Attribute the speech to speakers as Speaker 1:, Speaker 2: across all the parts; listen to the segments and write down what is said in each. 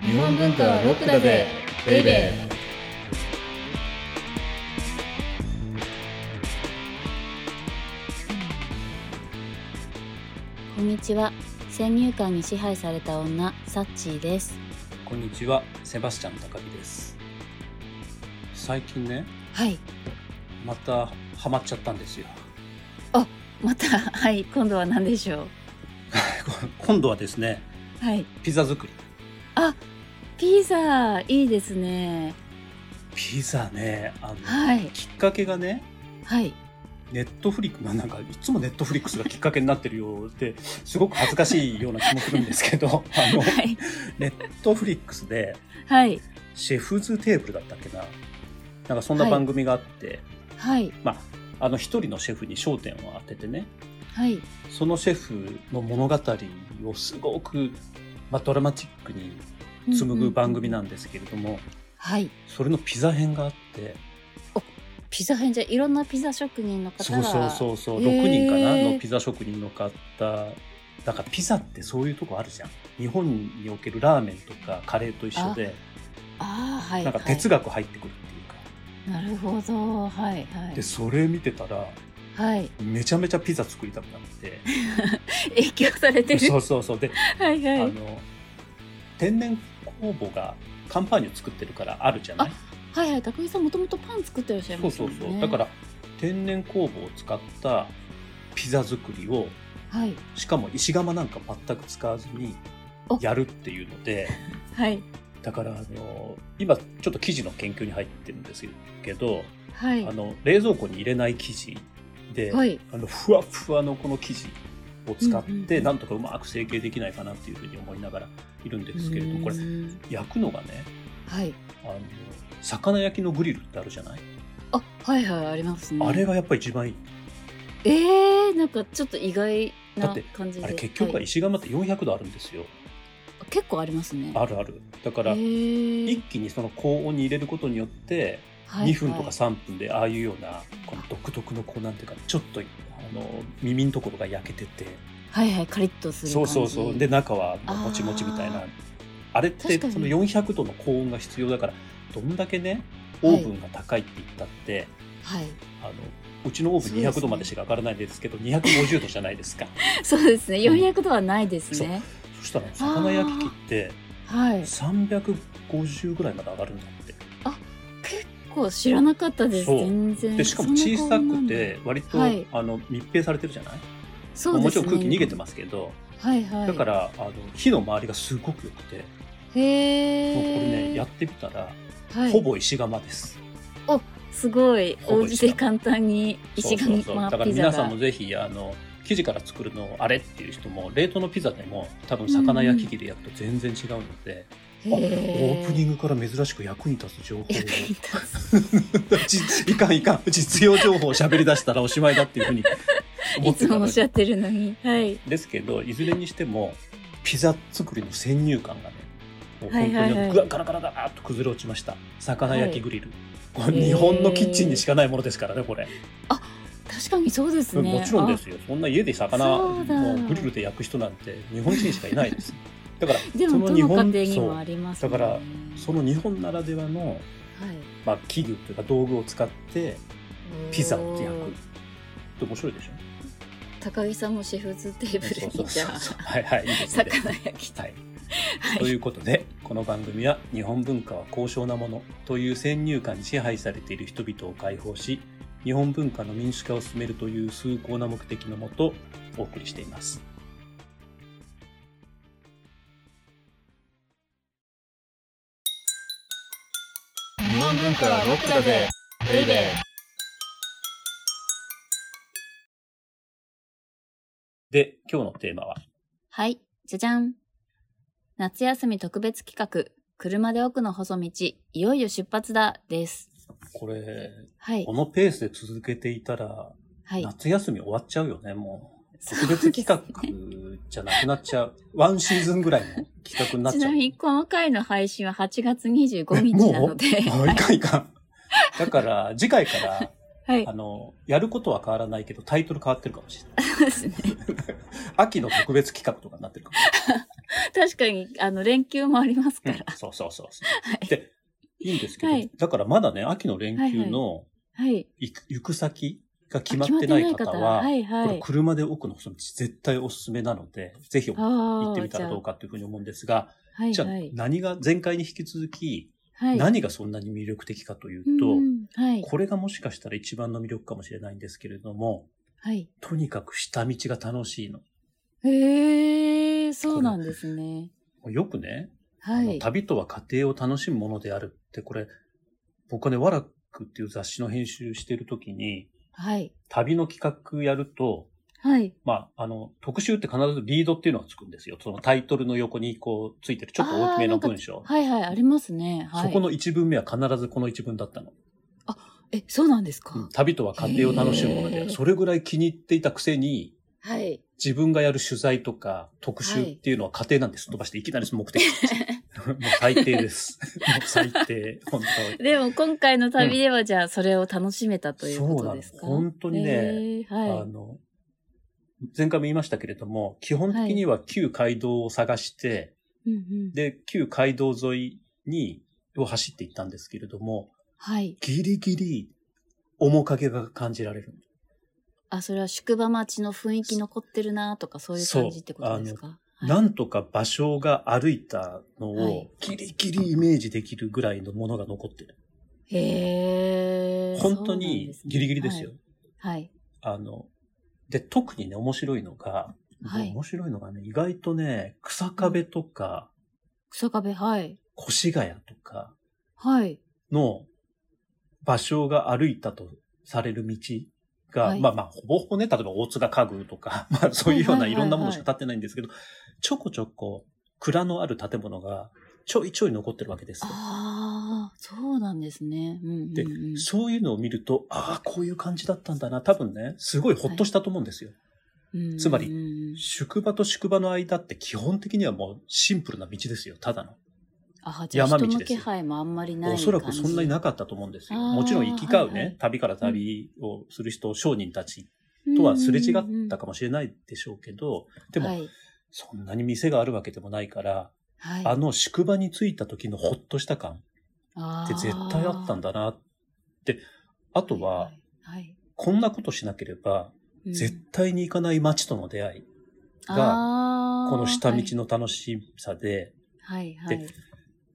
Speaker 1: 日本文化はロックだぜベイベー
Speaker 2: こんにちは先入観に支配された女サッチーです
Speaker 3: こんにちは、セバスチャン高木です。最近ね、
Speaker 2: はい
Speaker 3: またハマっちゃったんですよ。
Speaker 2: また はい今度は何でしょう
Speaker 3: 今度はですね、
Speaker 2: はい
Speaker 3: ピザ作り。
Speaker 2: ピザいいですね
Speaker 3: ピザね、あの、
Speaker 2: はい
Speaker 3: きっかけがね、
Speaker 2: はい
Speaker 3: ネットフリックス、まあなんかいつもネットフリックスがきっかけになってるようで、すごく恥ずかしいような気もするんです けど、あの、
Speaker 2: はい
Speaker 3: ネットフリックスで、
Speaker 2: はい
Speaker 3: シェフズテーブルだったっけな。なんかそんな番組があって、
Speaker 2: はい
Speaker 3: まあ、あの一人のシェフに焦点を当ててね、
Speaker 2: はい
Speaker 3: そのシェフの物語をすごく、まあ、ドラマチックに紡ぐ番組な
Speaker 2: うん
Speaker 3: んですけれども、
Speaker 2: はい
Speaker 3: それのピザ編があって
Speaker 2: ピザ編じゃいろんなピザ職人の方
Speaker 3: そう
Speaker 2: が
Speaker 3: そうそうそう
Speaker 2: へー
Speaker 3: 6人かなのピザ職人の方なんかピザってそういうとこあるじゃん日本におけるラーメンとかカレーと一緒で
Speaker 2: ああはい
Speaker 3: なんか哲学入ってくるっていうか、
Speaker 2: はい、なるほどはいはい
Speaker 3: でそれ見てたら
Speaker 2: はい
Speaker 3: めちゃめちゃピザ作りたくなっ
Speaker 2: 影響されて
Speaker 3: て
Speaker 2: る
Speaker 3: そうそうそうで
Speaker 2: はいは
Speaker 3: あ
Speaker 2: い
Speaker 3: の天然酵母がカンパーニュ作ってるからあるじゃない
Speaker 2: はいはい高木さんもともとパン作ってらっしゃい
Speaker 3: そ
Speaker 2: ま
Speaker 3: う
Speaker 2: す
Speaker 3: そ
Speaker 2: も
Speaker 3: うん
Speaker 2: ね
Speaker 3: そうだから天然酵母を使ったピザ作りを
Speaker 2: はい
Speaker 3: しかも石窯なんか全く使わずに
Speaker 2: お
Speaker 3: やるっていうので
Speaker 2: はい
Speaker 3: だからあの今ちょっと生地の研究に入ってるんですけど、
Speaker 2: はい
Speaker 3: あの冷蔵庫に入れない生地で、
Speaker 2: はい
Speaker 3: あのふわふわのこの生地を使っ
Speaker 2: うんうんう
Speaker 3: て
Speaker 2: ん
Speaker 3: なんとかうまく成形できないかなっていうふうに思いながらいるんですけれどもこれ
Speaker 2: うーん
Speaker 3: 焼くのがね
Speaker 2: はい
Speaker 3: あの魚焼きのグリルってあるじゃない、
Speaker 2: あはいはいありますね
Speaker 3: あれがやっぱり一番いい
Speaker 2: えー、なんかちょっと意外
Speaker 3: だ
Speaker 2: な
Speaker 3: って
Speaker 2: 感じで
Speaker 3: あれ結局は
Speaker 2: はい
Speaker 3: 石窯って400度あるんですよ。
Speaker 2: 結構ありますね
Speaker 3: あるある。だから
Speaker 2: えー
Speaker 3: 一気にその高温に入れることによって
Speaker 2: はい
Speaker 3: 2分とか
Speaker 2: はい
Speaker 3: 3分でああいうようなこの独特のこうなんていうかちょっとあの耳のところが焼けてて
Speaker 2: はいはいカリッとする感
Speaker 3: そう
Speaker 2: じ
Speaker 3: そうそうで中はもうもちもちみたい
Speaker 2: あ
Speaker 3: な
Speaker 2: ー
Speaker 3: あれって
Speaker 2: 確かに
Speaker 3: その400度の高温が必要だからどんだけねオーブンが高いって言ったって、
Speaker 2: はい
Speaker 3: あのうちのオーブン200度までしか上がらないですけど250度じゃないですか
Speaker 2: そうですね400度はないですね
Speaker 3: そしたら魚焼き器って
Speaker 2: はい結
Speaker 3: 350ぐらいまで上がるんだって。
Speaker 2: 構知らなかったです
Speaker 3: そう
Speaker 2: 全然
Speaker 3: でしかも
Speaker 2: そん
Speaker 3: 小
Speaker 2: な
Speaker 3: さ
Speaker 2: 顔なん
Speaker 3: く
Speaker 2: だ
Speaker 3: て割と、
Speaker 2: はい
Speaker 3: あの密閉されてるじゃない、
Speaker 2: そう
Speaker 3: も
Speaker 2: で
Speaker 3: ち
Speaker 2: す
Speaker 3: ろ
Speaker 2: ね
Speaker 3: ん空気逃げてますけど、
Speaker 2: はいはい
Speaker 3: だからあの火の周りがすごく良くて、
Speaker 2: へえ
Speaker 3: もうこれねやってみたら、
Speaker 2: はい
Speaker 3: ほぼ石窯です
Speaker 2: すごい
Speaker 3: ほぼ
Speaker 2: 応じて簡単に石
Speaker 3: そう
Speaker 2: 窯
Speaker 3: そうそう
Speaker 2: ま
Speaker 3: だから
Speaker 2: ピザ
Speaker 3: 皆さん
Speaker 2: が
Speaker 3: もぜひあの生地から作るのあれっていう人も冷凍のピザでも多分魚焼き器で焼くと全然違うので、あオープニ
Speaker 2: グ
Speaker 3: ングから珍しく役に立つ情報を
Speaker 2: 役に立つ
Speaker 3: 実いかんいかん実用情報を喋り出したらおしまいだっていうふうに思
Speaker 2: い
Speaker 3: って
Speaker 2: つ
Speaker 3: た
Speaker 2: もお
Speaker 3: の
Speaker 2: っ
Speaker 3: に
Speaker 2: しゃってるのにはい
Speaker 3: ですけどいずれにしてもピザ作りの先入観がねもう本
Speaker 2: は
Speaker 3: 当
Speaker 2: いはいはい
Speaker 3: にぐわガラガラガラっと崩れ落ちました魚焼きグリル、これ
Speaker 2: へー
Speaker 3: 日本のキッチンにしかないものですからねこれ、
Speaker 2: 確かにそうですね
Speaker 3: もちろんですよそんな家で魚
Speaker 2: そうだ
Speaker 3: もうグリルで焼く人なんて日本人しかいないです だから
Speaker 2: あで
Speaker 3: そ
Speaker 2: もどの
Speaker 3: の日
Speaker 2: 家
Speaker 3: 本
Speaker 2: 庭にもあります
Speaker 3: そうだからその日本ならではの、
Speaker 2: はい
Speaker 3: まあ、器具というか道具を使ってピザを焼くって面白いでしょ
Speaker 2: 高木さんもシェフズテーブルに じゃあ
Speaker 3: そうはいはいいいですね
Speaker 2: 魚焼き
Speaker 3: はい
Speaker 2: は
Speaker 3: とい
Speaker 2: いう
Speaker 3: ことで、この番組は日本文化は高尚なものという先入観に支配されている人々を解放し、日本文化の民主化を進めるという崇高な目的のもとお送りしています。
Speaker 1: 日本文化はロックだぜベイベー
Speaker 3: で、今日のテーマは、
Speaker 2: はいじゃじゃん夏休み特別企画車で奥の細道いよいよ出発だです
Speaker 3: これ、
Speaker 2: はい
Speaker 3: このペースで続けていたら、
Speaker 2: はい
Speaker 3: 夏休み終わっちゃうよね、もう。
Speaker 2: そう
Speaker 3: 特
Speaker 2: です
Speaker 3: 別
Speaker 2: ね
Speaker 3: 企画じゃなくなっ ちゃう。ワンシーズンぐらいの企画になっ
Speaker 2: ち
Speaker 3: ちゃ
Speaker 2: な
Speaker 3: う。
Speaker 2: みにこの回の配信は8月25日なので、
Speaker 3: あいかんいかん。だから、次回 から、
Speaker 2: はい
Speaker 3: あ、の、やることは変わらないけど、タイトル変わってるかもしれない。
Speaker 2: そうですね。
Speaker 3: 秋の特別企画とかになってるかもしれない。
Speaker 2: 確かに、あの、連休もありますから。
Speaker 3: そうそうそうそ
Speaker 2: は
Speaker 3: う。
Speaker 2: い。
Speaker 3: で、いいんですけど、
Speaker 2: はい
Speaker 3: だからまだね、秋の連休の
Speaker 2: はい。
Speaker 3: 行く,、行く先が決まってない方
Speaker 2: あ決まっ
Speaker 3: は、
Speaker 2: てない方はい
Speaker 3: こ
Speaker 2: は
Speaker 3: れ
Speaker 2: い。
Speaker 3: 車で奥の細道絶対おすすめなので、ぜひ行
Speaker 2: あ
Speaker 3: って
Speaker 2: あ、
Speaker 3: みた
Speaker 2: じゃ
Speaker 3: ら
Speaker 2: あ
Speaker 3: どうかというふうに思うんですが、
Speaker 2: はい
Speaker 3: じゃあ
Speaker 2: はい。
Speaker 3: 何が、前回に引き続き、
Speaker 2: はい。
Speaker 3: 何がそんなに魅力的かというと、
Speaker 2: うんはい。
Speaker 3: これがもしかしたら一番の魅力かもしれないんですけれども、
Speaker 2: はい。
Speaker 3: とにかく下道が楽しいの。
Speaker 2: へえ、そうなんですね。
Speaker 3: よくね、あ
Speaker 2: は
Speaker 3: の
Speaker 2: い。
Speaker 3: 旅とは家庭を楽しむものであるって、これ、僕はね、ワラックっていう雑誌の編集してるときに、
Speaker 2: はい。
Speaker 3: 旅の企画やると、
Speaker 2: はい。
Speaker 3: まあ、あの、特集って必ずリードっていうのがつくんですよ。そのタイトルの横にこうついてるちょっと大きめの文章。
Speaker 2: はいはい、ありますね。はい。
Speaker 3: そこの一文目は必ずこの一文だったの。
Speaker 2: え、そうなんですか、
Speaker 3: 旅とは家庭を楽しむものであ
Speaker 2: へー
Speaker 3: る。それぐらい気に入っていたくせに、
Speaker 2: はい。
Speaker 3: 自分がやる取材とか特集っていうのは家庭なんです。飛ばしていきなり目 的地です。もう最低です。もう最低。本当
Speaker 2: でも今回の旅ではじゃあそれを楽しめたということですか、
Speaker 3: そうなの本当にね
Speaker 2: ね。
Speaker 3: あ
Speaker 2: はい。
Speaker 3: の、前回も言いましたけれども、基本的には旧街道を探して、
Speaker 2: うんうん、
Speaker 3: で、旧街道沿いに、を走っていったんですけれども、
Speaker 2: はい。
Speaker 3: ギリギリ面影が感じられる。
Speaker 2: あ、それは宿場町の雰囲気残ってるなとかそういう感じってことですかはい
Speaker 3: なんとか場所が歩いたの
Speaker 2: はい
Speaker 3: をギリギリイメージできるぐらいのものが残ってる。
Speaker 2: へえ。
Speaker 3: 本当にギリギリですよ。。
Speaker 2: はい。
Speaker 3: あの、で、特にね、面白いのが、
Speaker 2: はい
Speaker 3: 面白いのがね、意外とね、草壁とか、
Speaker 2: 草壁、はい。
Speaker 3: 越谷とか
Speaker 2: はい。
Speaker 3: の場所が歩いたとされる道が、
Speaker 2: はい
Speaker 3: まあまあ、ほぼほぼね、例えば大塚家具とか、 まあそういうよう
Speaker 2: は
Speaker 3: ない
Speaker 2: はいはいはい
Speaker 3: いろんなものしか建ってないんですけど、ちょこちょこ蔵のある建物がちょいちょい残ってるわけですよ。
Speaker 2: ああ、そうなんですね。うんうん、
Speaker 3: で
Speaker 2: うん。
Speaker 3: そういうのを見ると、ああ、こういう感じだったんだな。多分ね、すごいほっとしたと思うんですよ。
Speaker 2: うん
Speaker 3: つまり
Speaker 2: うんうん
Speaker 3: 宿場と宿場の間って基本的にはもうシンプルな道ですよ、ただの。
Speaker 2: あじゃあ
Speaker 3: 山道
Speaker 2: 人の
Speaker 3: です
Speaker 2: 気
Speaker 3: よ
Speaker 2: 配もあんまりない
Speaker 3: お
Speaker 2: 感じ。
Speaker 3: そらくそんなになかったと思うんですよ。
Speaker 2: あー
Speaker 3: もちろん行き交うね、
Speaker 2: はいはい
Speaker 3: 旅から旅をする人、商人たちとはすれ違ったかもしれないでしょうけど、でも、
Speaker 2: はい。
Speaker 3: そんなに店があるわけでもないから、
Speaker 2: はい、
Speaker 3: あの宿場に着いた時のほっとした感
Speaker 2: あ
Speaker 3: っ
Speaker 2: ー
Speaker 3: て絶対あったんだなって、あとは、、
Speaker 2: いはい
Speaker 3: こんなことしなければ、
Speaker 2: うん
Speaker 3: 絶対に行かない街との出会い、
Speaker 2: あー
Speaker 3: この下道の楽しさで、
Speaker 2: はいはいはい
Speaker 3: で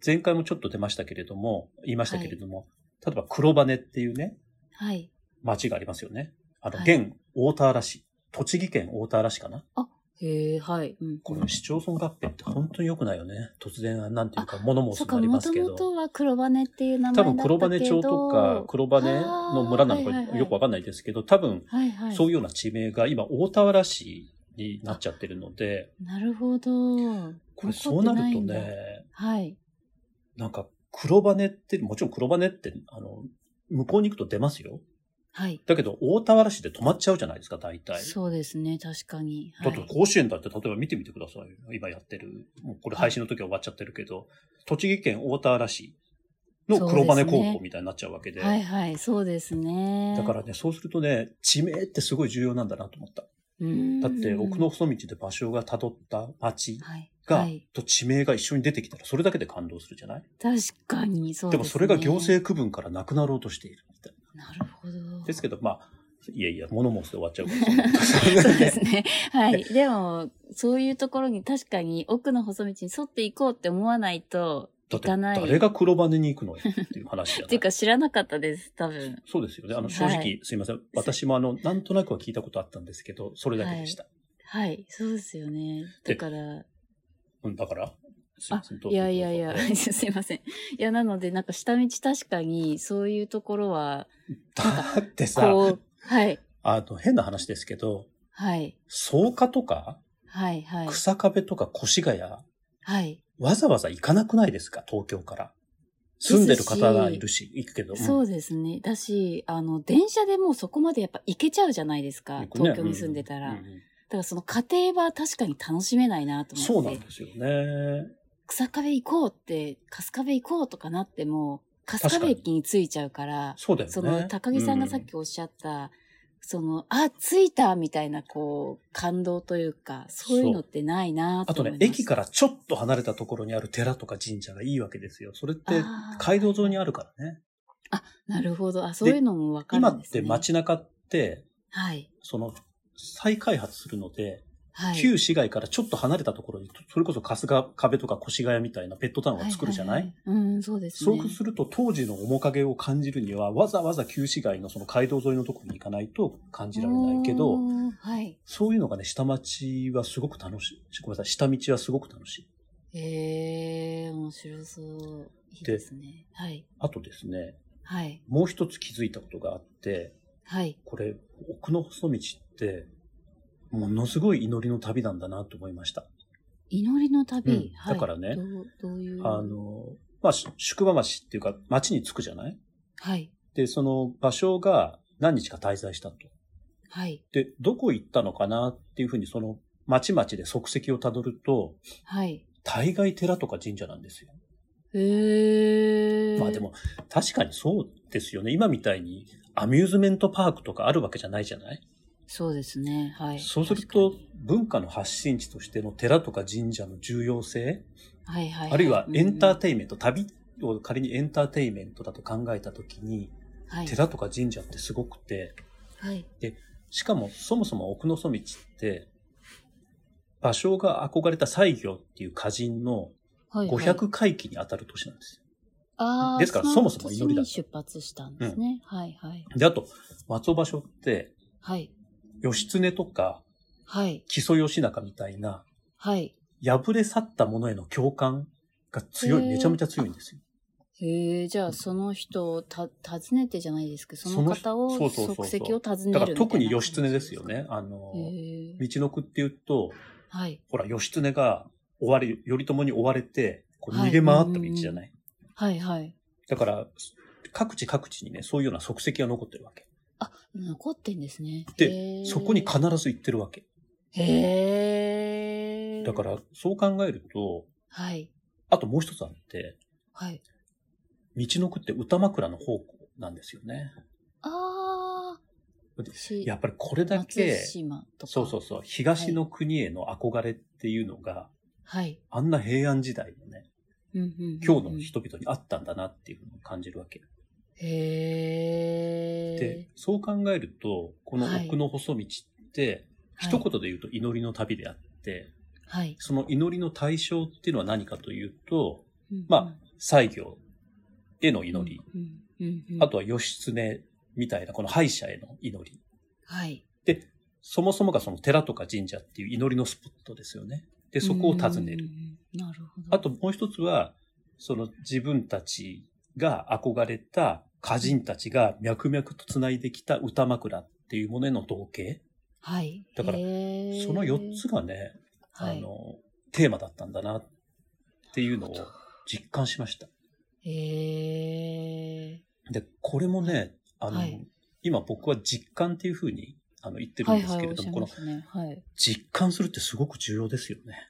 Speaker 3: 前回もちょっと出ましたけれども、言いましたけれども、例えば黒羽っていうね、
Speaker 2: はい。
Speaker 3: 町がありますよね。あの、
Speaker 2: はい
Speaker 3: 現大田原市、栃木県大田原市かな。
Speaker 2: へえ、はい。うん、
Speaker 3: この市町村合併って本当に良くないよね。突然、なんていうか、物も
Speaker 2: そ
Speaker 3: 薄
Speaker 2: う
Speaker 3: く
Speaker 2: か、
Speaker 3: なり
Speaker 2: も
Speaker 3: ます
Speaker 2: と
Speaker 3: け
Speaker 2: も
Speaker 3: ど。
Speaker 2: とは黒羽っていう名前だ
Speaker 3: 多
Speaker 2: ったけ
Speaker 3: 分
Speaker 2: ど。
Speaker 3: 黒羽町とか、黒羽の村なのか
Speaker 2: あーはいはいはい
Speaker 3: よくわかんないですけど、多分、
Speaker 2: はいはい。
Speaker 3: そういうような地名が今、大田原市になっちゃってるので、
Speaker 2: なるほど。
Speaker 3: これそうなる
Speaker 2: 残
Speaker 3: と
Speaker 2: っていんだ。
Speaker 3: ね、
Speaker 2: はい。
Speaker 3: なんか、黒羽って、もちろん黒羽って、あの、向こうに行くと出ますよ。
Speaker 2: はい。
Speaker 3: だけど、大田原市で止まっちゃうじゃないですか、大体。
Speaker 2: そうですね、確かに。
Speaker 3: だ
Speaker 2: は
Speaker 3: っ
Speaker 2: い
Speaker 3: て甲子園だって、例えば見てみてくださいよ。今やってる。もうこれ配信の時は終わっちゃってるけど、栃木県大田原市の
Speaker 2: そ
Speaker 3: 黒
Speaker 2: う
Speaker 3: 羽
Speaker 2: ですね
Speaker 3: 高校みたいになっちゃうわけで。
Speaker 2: はいはい、そうですね。
Speaker 3: だからね、そうするとね、地名ってすごい重要なんだなと思った。
Speaker 2: うん、
Speaker 3: だって、奥の細道で場所が辿った町
Speaker 2: はい。
Speaker 3: が、
Speaker 2: はい
Speaker 3: と地名が一緒に出てきたら、それだけで感動するじゃない
Speaker 2: 確かに、そう
Speaker 3: で,、
Speaker 2: ですね。
Speaker 3: もそれが行政区分からなくなろうとしているみたい
Speaker 2: なるほど。
Speaker 3: な。ですけど、まあ、いやいや、物申して終わっちゃうから。
Speaker 2: そう ですね。はい。でも、そういうところに確かに奥の細道に沿っていこうって思わないと
Speaker 3: だ
Speaker 2: い
Speaker 3: って、
Speaker 2: かない。
Speaker 3: 誰が黒羽に行くのよっていう話じゃない
Speaker 2: って いうか知らなかったです、多分。
Speaker 3: そうですよね。あの、正直、
Speaker 2: はい
Speaker 3: すいません。私もあの、なんとなくは聞いたことあったんですけど、それだけでした。
Speaker 2: はい。そうですよね。だ
Speaker 3: で
Speaker 2: から、
Speaker 3: うん、だから、すい
Speaker 2: あ
Speaker 3: ません。ど、う
Speaker 2: い
Speaker 3: ぞ
Speaker 2: やいやいや
Speaker 3: どうぞ、
Speaker 2: すいません。いや、なので、なんか下道確かに、そういうところは、
Speaker 3: だってさ、
Speaker 2: こう、はい、
Speaker 3: あの、変な話ですけど、
Speaker 2: はい、
Speaker 3: 草加とか、
Speaker 2: はい、はい、
Speaker 3: 草壁とか越谷、
Speaker 2: はい。
Speaker 3: わざわざ行かなくないですか東京から。住んでる方がいるし、行くけど。うん
Speaker 2: そうですね。だし、あの、電車でもうそこまでやっぱ行けちゃうじゃないですか。
Speaker 3: 行くね
Speaker 2: 東京に住んでたら。
Speaker 3: う
Speaker 2: だ
Speaker 3: んうん
Speaker 2: からその家庭は確かに楽しめないなと思って。
Speaker 3: そうなんですよね。
Speaker 2: 草壁行こうって、春日部行こうとかなっても、春日部駅に着いちゃうから、
Speaker 3: そうだよね。
Speaker 2: その高木さんがさっきおっしゃった、その、あ、着いたみたいな、こう、感動というか、そういうのってないな
Speaker 3: あ
Speaker 2: と
Speaker 3: と
Speaker 2: 思い
Speaker 3: ね
Speaker 2: ま、す。
Speaker 3: 駅からちょっと離れたところにある寺とか神社がいいわけですよ。それって
Speaker 2: あー
Speaker 3: 街道沿いにあるからね。
Speaker 2: なるほど。あ、そういうのもわか
Speaker 3: 今
Speaker 2: るん
Speaker 3: っ
Speaker 2: です、ね。
Speaker 3: て街中って、
Speaker 2: はい。
Speaker 3: その、再開発するので、
Speaker 2: はい。
Speaker 3: 旧市街からちょっと離れたところに、それこそ春日壁とか越谷みたいなペットタウンを作るじゃない、
Speaker 2: はははうん、そうです
Speaker 3: そ
Speaker 2: ね。
Speaker 3: うすると当時の面影を感じるには、わざわざ旧市街のその街道沿いのところに行かないと感じられないけど、
Speaker 2: おーはい。
Speaker 3: そういうのがね、下町はすごく楽しい。ごめんなさい、下道はすごく楽しい。
Speaker 2: へえー、面白そう。いい
Speaker 3: で
Speaker 2: ですね。はい。
Speaker 3: あとですね、
Speaker 2: はい。
Speaker 3: もう一つ気づいたことがあって、
Speaker 2: はい。
Speaker 3: これ、奥の細道って、ものすごい祈りの旅なんだなと思いました。
Speaker 2: 祈りの旅。
Speaker 3: うん
Speaker 2: はい、
Speaker 3: だからね
Speaker 2: どうどういう。
Speaker 3: あ、の、まあ、し宿場町っていうか、町に着くじゃない
Speaker 2: はい。
Speaker 3: で、その場所が何日か滞在したと。
Speaker 2: はい。
Speaker 3: で、どこ行ったのかなっていうふうに、その町々で足跡をたどると、
Speaker 2: はい。
Speaker 3: 大概寺とか神社なんですよ。
Speaker 2: へえー。
Speaker 3: まあで。も、確かにそうですよね。今みたいにアミューズメントパークとかあるわけじゃないじゃない
Speaker 2: そうですね。はい。
Speaker 3: そうする
Speaker 2: 確
Speaker 3: と
Speaker 2: かに、
Speaker 3: 文化の発信地としての寺とか神社の重要性、
Speaker 2: はいはい、
Speaker 3: あるいはエンター
Speaker 2: イ
Speaker 3: テイメント、旅を仮にエンターテイメントだと考えたときに、
Speaker 2: ント。はい。
Speaker 3: 寺とか神社ってすごくて、
Speaker 2: はい。
Speaker 3: しかもそもそも奥の曽道って、芭蕉が憧れた西行っていう歌人の
Speaker 2: はい。はい。
Speaker 3: 500回忌に当たる年なんですよ。
Speaker 2: あー
Speaker 3: ですからそもそも祈りだ
Speaker 2: その年に出発したんですね。はいはい。
Speaker 3: で、あと、松尾芭蕉って、
Speaker 2: はい。
Speaker 3: 義経とか
Speaker 2: はい。
Speaker 3: 木曽義仲みたいな、
Speaker 2: はい。
Speaker 3: 破れ去ったものへの共感が強い、
Speaker 2: へー
Speaker 3: めちゃめちゃ強いんですよ。
Speaker 2: へえ、じゃあその人をた訪ねてじゃないですけど、その方を
Speaker 3: その人そうそうそうそう
Speaker 2: 足跡を訪ねるみたい
Speaker 3: だ
Speaker 2: な
Speaker 3: から特に義経ですよね。あの
Speaker 2: へ、え。
Speaker 3: 道のくっていうと、
Speaker 2: はい。
Speaker 3: ほら、義経が追われ、頼朝に追われて、こう逃げ回った道じゃない。
Speaker 2: はいはい。
Speaker 3: だから、各地各地にね、そういうような足跡が残ってるわけ。
Speaker 2: あ、残ってんですね。
Speaker 3: で
Speaker 2: へえ
Speaker 3: そこに必ず行ってるわけ。
Speaker 2: へえ。
Speaker 3: だから、そう考えると、
Speaker 2: はい。
Speaker 3: あともう一つあって、
Speaker 2: はい。
Speaker 3: 道のくって歌枕の方向なんですよね。
Speaker 2: あ
Speaker 3: で
Speaker 2: あ。し
Speaker 3: やっぱりこれだ
Speaker 2: 松
Speaker 3: け、
Speaker 2: 島とか。
Speaker 3: そうそうそう、東の国への憧れっていうのが、
Speaker 2: はい。
Speaker 3: あんな平安時代のね、
Speaker 2: うんうんうんうん
Speaker 3: 今日の人々にあったんだなっていうのを感じるわけ。
Speaker 2: へえ。
Speaker 3: で、そう考えると、この
Speaker 2: はい
Speaker 3: 奥の細道って、
Speaker 2: はい
Speaker 3: 一言で言うと祈りの旅であって、
Speaker 2: はい。
Speaker 3: その祈りの対象っていうのは何かというと、
Speaker 2: うんうん
Speaker 3: ま西行への祈り、。
Speaker 2: うんうんうん
Speaker 3: あとは義経みたいなこの敗者への祈り。
Speaker 2: はい。
Speaker 3: で、そもそもがその寺とか神社っていう祈りのスポットですよね。で、そこを訪ねる
Speaker 2: う。んうんうん。なるほど。
Speaker 3: あともう一つは、その自分たちが憧れた歌人たちが脈々と繋いできた歌枕っていうものへの同型。
Speaker 2: はい。
Speaker 3: だから
Speaker 2: へー
Speaker 3: その4つ、がね、あ
Speaker 2: はい、
Speaker 3: の、テーマだったんだなっていうのを実感しました。
Speaker 2: へえ。
Speaker 3: で、これもね、あの、
Speaker 2: はい
Speaker 3: 今僕は実感っていうふうにあの言ってる
Speaker 2: は
Speaker 3: ん
Speaker 2: い
Speaker 3: です
Speaker 2: は
Speaker 3: け
Speaker 2: い、
Speaker 3: れ
Speaker 2: おっ
Speaker 3: ど
Speaker 2: し
Speaker 3: も、
Speaker 2: ゃいま
Speaker 3: この
Speaker 2: すね。はい。
Speaker 3: 実感するってすごく重要ですよね。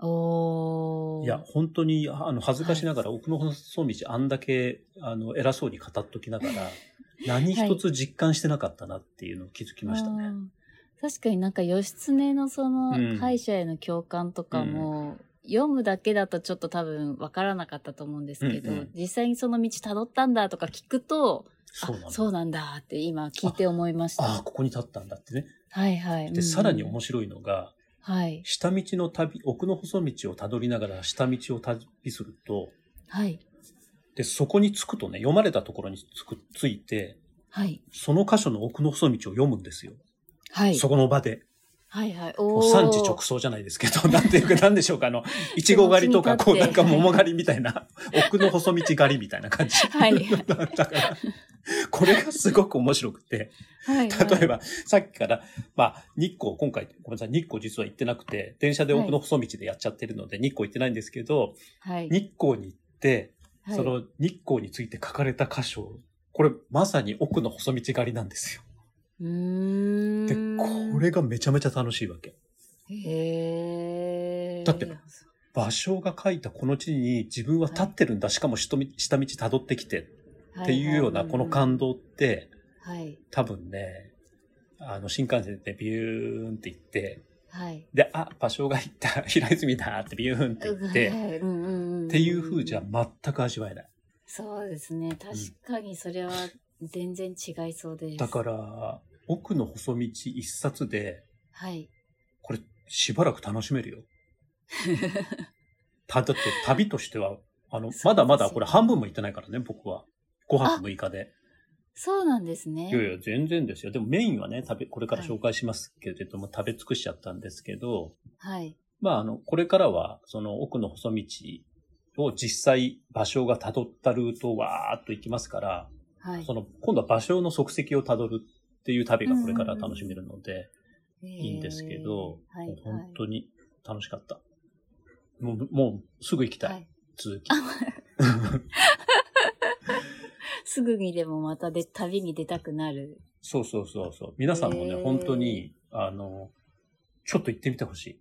Speaker 2: おー
Speaker 3: いや、本当に、ああの、恥ずかしながら、奥の細道あんだけ、あの、偉そうに語っときながら、 何一つ実感してなかったなっていうのを気づきました
Speaker 2: あ
Speaker 3: ね。
Speaker 2: ー確かになんか義経のそ
Speaker 3: うん
Speaker 2: の敗者への共感とかも、読むだけだとちょっと多分わからなかったと思うんですけど、
Speaker 3: うんうん
Speaker 2: 実際にその道たどったんだとか聞くと、
Speaker 3: そうなん
Speaker 2: あ
Speaker 3: だ。
Speaker 2: そうなんだって今聞いて思いました。
Speaker 3: ああ、ここに立ったんだってね。
Speaker 2: はいはい。
Speaker 3: で、さらに面
Speaker 2: 白
Speaker 3: 白いのが、
Speaker 2: はい。
Speaker 3: 下道の旅、奥の細道をたどりながら下道を旅すると、
Speaker 2: はい。
Speaker 3: で、そこに着くとね、読まれたところに着く、着いて、
Speaker 2: はい。
Speaker 3: その箇所の奥の細道を読むんですよ。
Speaker 2: はい。
Speaker 3: そこの場で。
Speaker 2: はいはい。
Speaker 3: こ
Speaker 2: お
Speaker 3: う
Speaker 2: ー
Speaker 3: 産地直送じゃないですけど、 なんていうか、なんでしょうか、あの、いちご狩りとか、
Speaker 2: 手持ち
Speaker 3: こう
Speaker 2: に立
Speaker 3: な
Speaker 2: っ
Speaker 3: ん
Speaker 2: て
Speaker 3: か桃狩りみたいな、奥の細道狩りみたいな感じ。
Speaker 2: はい
Speaker 3: だから、これがすごく面白くて、
Speaker 2: はいはい
Speaker 3: 例えば、さっきから、まあ、日光、今回、ごめんなさい、日光実は行ってなくて、電車で奥の細道でやっちゃってるので、日光行ってないんですけど、
Speaker 2: はい。
Speaker 3: 日光に行って、
Speaker 2: はい
Speaker 3: その日光について書かれた箇所、これまさに奥の細道狩りなんですよ。
Speaker 2: うーん
Speaker 3: で、これがめちゃめちゃ楽しいわけ。
Speaker 2: へー
Speaker 3: だって芭蕉が書いたこの地に自分は立ってるんだ、しかも下道下道たどってきてっていうようなこの感動って、
Speaker 2: はい。
Speaker 3: 多分ね、あの、新幹線でビューンって行って、
Speaker 2: はい。
Speaker 3: で、あ、場所が行った、平泉だってビューンって行って、
Speaker 2: はいうんうんうん
Speaker 3: っていう風じゃ全く味わえない。
Speaker 2: そうですね。確かにそれは全然違いそうです。
Speaker 3: だから、奥の細道一冊で、
Speaker 2: はい。
Speaker 3: これ、しばらく楽しめるよ。ただって旅としては、あの、まだまだこれ半分も行ってないからね、僕は。5泊6日で。
Speaker 2: そうなんですね
Speaker 3: いや。いや、全然ですよ。でもメインはね、食べ、これから紹介しますけれども、食べ尽くしちゃったんですけど、
Speaker 2: はい。
Speaker 3: まあ、あの、これからは、その奥の細道を実際、場所が辿ったルートをわーっと行きますから、
Speaker 2: はい
Speaker 3: そ。の、今度は場所の足跡を辿るっていう旅がこれから楽しめるので、
Speaker 2: い
Speaker 3: いいんですけど、
Speaker 2: はい
Speaker 3: もう
Speaker 2: は
Speaker 3: 本
Speaker 2: い。
Speaker 3: 当に楽しかった。もう、もうすぐ行きたい。
Speaker 2: はい
Speaker 3: 続き。
Speaker 2: すぐにでもまたで旅に出たくなる。
Speaker 3: そうそうそうそう。皆さんもね、
Speaker 2: へー
Speaker 3: 本当に、あの、ちょっと行ってみてほしい。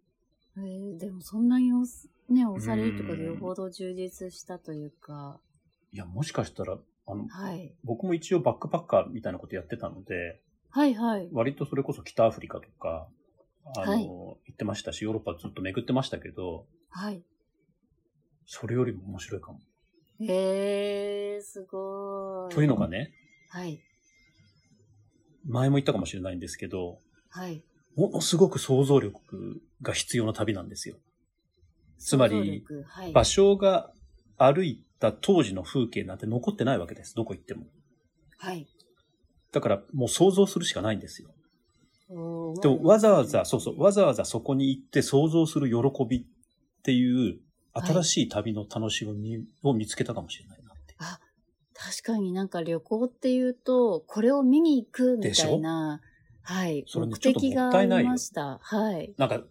Speaker 2: えー、でもそんなに押すね、押されるとかでよほど充実したというか、
Speaker 3: いや、もしかしたら、あの、
Speaker 2: はい。
Speaker 3: 僕も一応バックパッカーみたいなことやってたので、
Speaker 2: はいはい。
Speaker 3: 割とそれこそ北アフリカとか、あの、
Speaker 2: はい
Speaker 3: 行ってましたし、ヨーロッパずっと巡ってましたけど、
Speaker 2: はい。
Speaker 3: それよりも面白いかも。
Speaker 2: えー、すごい。
Speaker 3: というのがね、
Speaker 2: はい。
Speaker 3: 前も言ったかもしれないんですけど、
Speaker 2: はい。
Speaker 3: ものすごく想像力が必要な旅なんですよ。つまり
Speaker 2: 想像力、はい、
Speaker 3: 場所が歩いた当時の風景なんて残ってないわけです。どこ行っても。
Speaker 2: はい。
Speaker 3: だからもう想像するしかないんですよ。
Speaker 2: おー
Speaker 3: でもわざわざ、そうそう、わざわざそこに行って想像する喜びっていう新しい旅の楽しみを見つけたかもしれないなって。
Speaker 2: あ、確かになんか旅行っていうと、これを見に行くみたいな、はい、
Speaker 3: それね
Speaker 2: 目的
Speaker 3: ちょ
Speaker 2: があ
Speaker 3: っともったい
Speaker 2: り
Speaker 3: ないよ
Speaker 2: ました。はい。
Speaker 3: なんか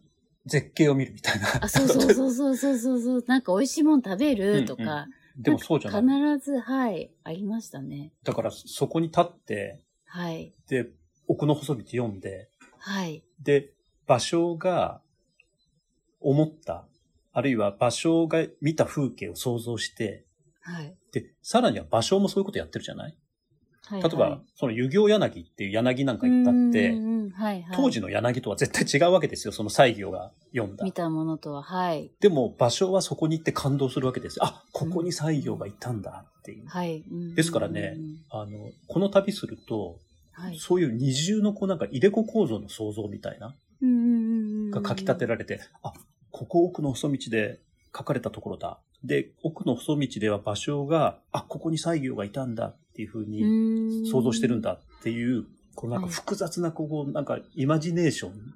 Speaker 3: 絶景を見るみたいな。
Speaker 2: あ、そうそうそうそうそうそうそう、なんか美味しいもん食べると
Speaker 3: うんう
Speaker 2: か、
Speaker 3: でもそうじゃない。
Speaker 2: 必ず、はい、ありましたね。
Speaker 3: だからそこに立って、
Speaker 2: はい、
Speaker 3: で、奥の細道読んで、
Speaker 2: はい、
Speaker 3: で、場所が思った、あるいは場所が見た風景を想像して、
Speaker 2: はい。
Speaker 3: で、さらには場所もそういうことやってるじゃない
Speaker 2: はい
Speaker 3: 例えば、その湯行柳っていう柳なんか行ったって、
Speaker 2: うんうんうんはいはい、
Speaker 3: 当時の柳とは絶対違うわけですよ、その西行が読んだ
Speaker 2: 見。たものとは、はい、
Speaker 3: でも場所はそこに行って感動するわけですよ。あ、ここに西行がいたんだっていう。
Speaker 2: はい。うんうんうん
Speaker 3: ですからね、あの、この旅すると、
Speaker 2: はい。
Speaker 3: そういう二重のこうなんか入れ子構造の想像みたいな、
Speaker 2: うんうんうんうん
Speaker 3: が書き立てられて、あ、ここ奥の細道で書かれたところだ。で、奥の細道では場所が、あ、ここに西行がいたんだっていうふうに、
Speaker 2: うん
Speaker 3: 想像してるんだっていう、このなんか複雑な、こう、なんかイマジネーション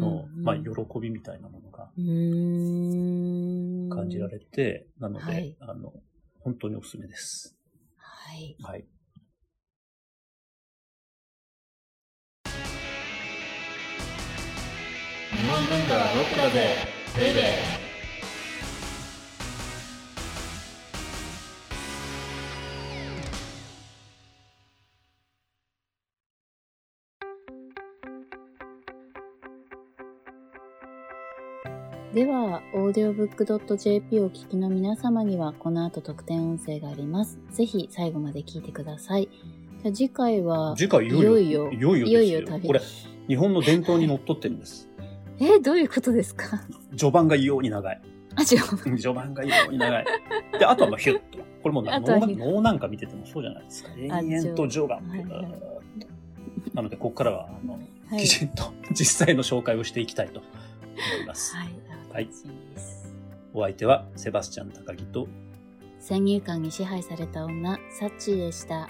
Speaker 3: の、
Speaker 2: うんうん
Speaker 3: まあ、喜びみたいなものが
Speaker 2: うーん
Speaker 3: 感じられて、なので、
Speaker 2: はい
Speaker 3: あの、本当におすすめです。
Speaker 2: はい。
Speaker 3: はい。
Speaker 1: 日本文化はロックだぜベイベー
Speaker 2: では、audiobook.jp をお聞きの皆様には、この後特典音声があります。ぜひ、最後まで聞いてください。じゃあ次回は、
Speaker 3: 次回、いよいよ、
Speaker 2: いよいよ
Speaker 3: いよいよですよ
Speaker 2: いよいよ旅
Speaker 3: これ、日本の伝統にのっとってるんです。
Speaker 2: え、どういうことですか
Speaker 3: 序盤が異様に長い。
Speaker 2: あ、違
Speaker 3: うん序盤が異様に長い。で、あとはもうヒュッと。これもう
Speaker 2: あとは
Speaker 3: 脳
Speaker 2: ヒュッ
Speaker 3: 脳なんか見ててもそうじゃないですか。延
Speaker 2: あ
Speaker 3: 々と序盤。
Speaker 2: 序盤はいはい
Speaker 3: ずーっとなので、ここからは、あの、
Speaker 2: う。はい
Speaker 3: き。ちんと実際の紹介をしていきたいと思います。
Speaker 2: はい。
Speaker 3: はい
Speaker 2: 楽しみです。
Speaker 3: お相手はセバスチャン高木と
Speaker 2: 先入観に支配された女、サッチーでした。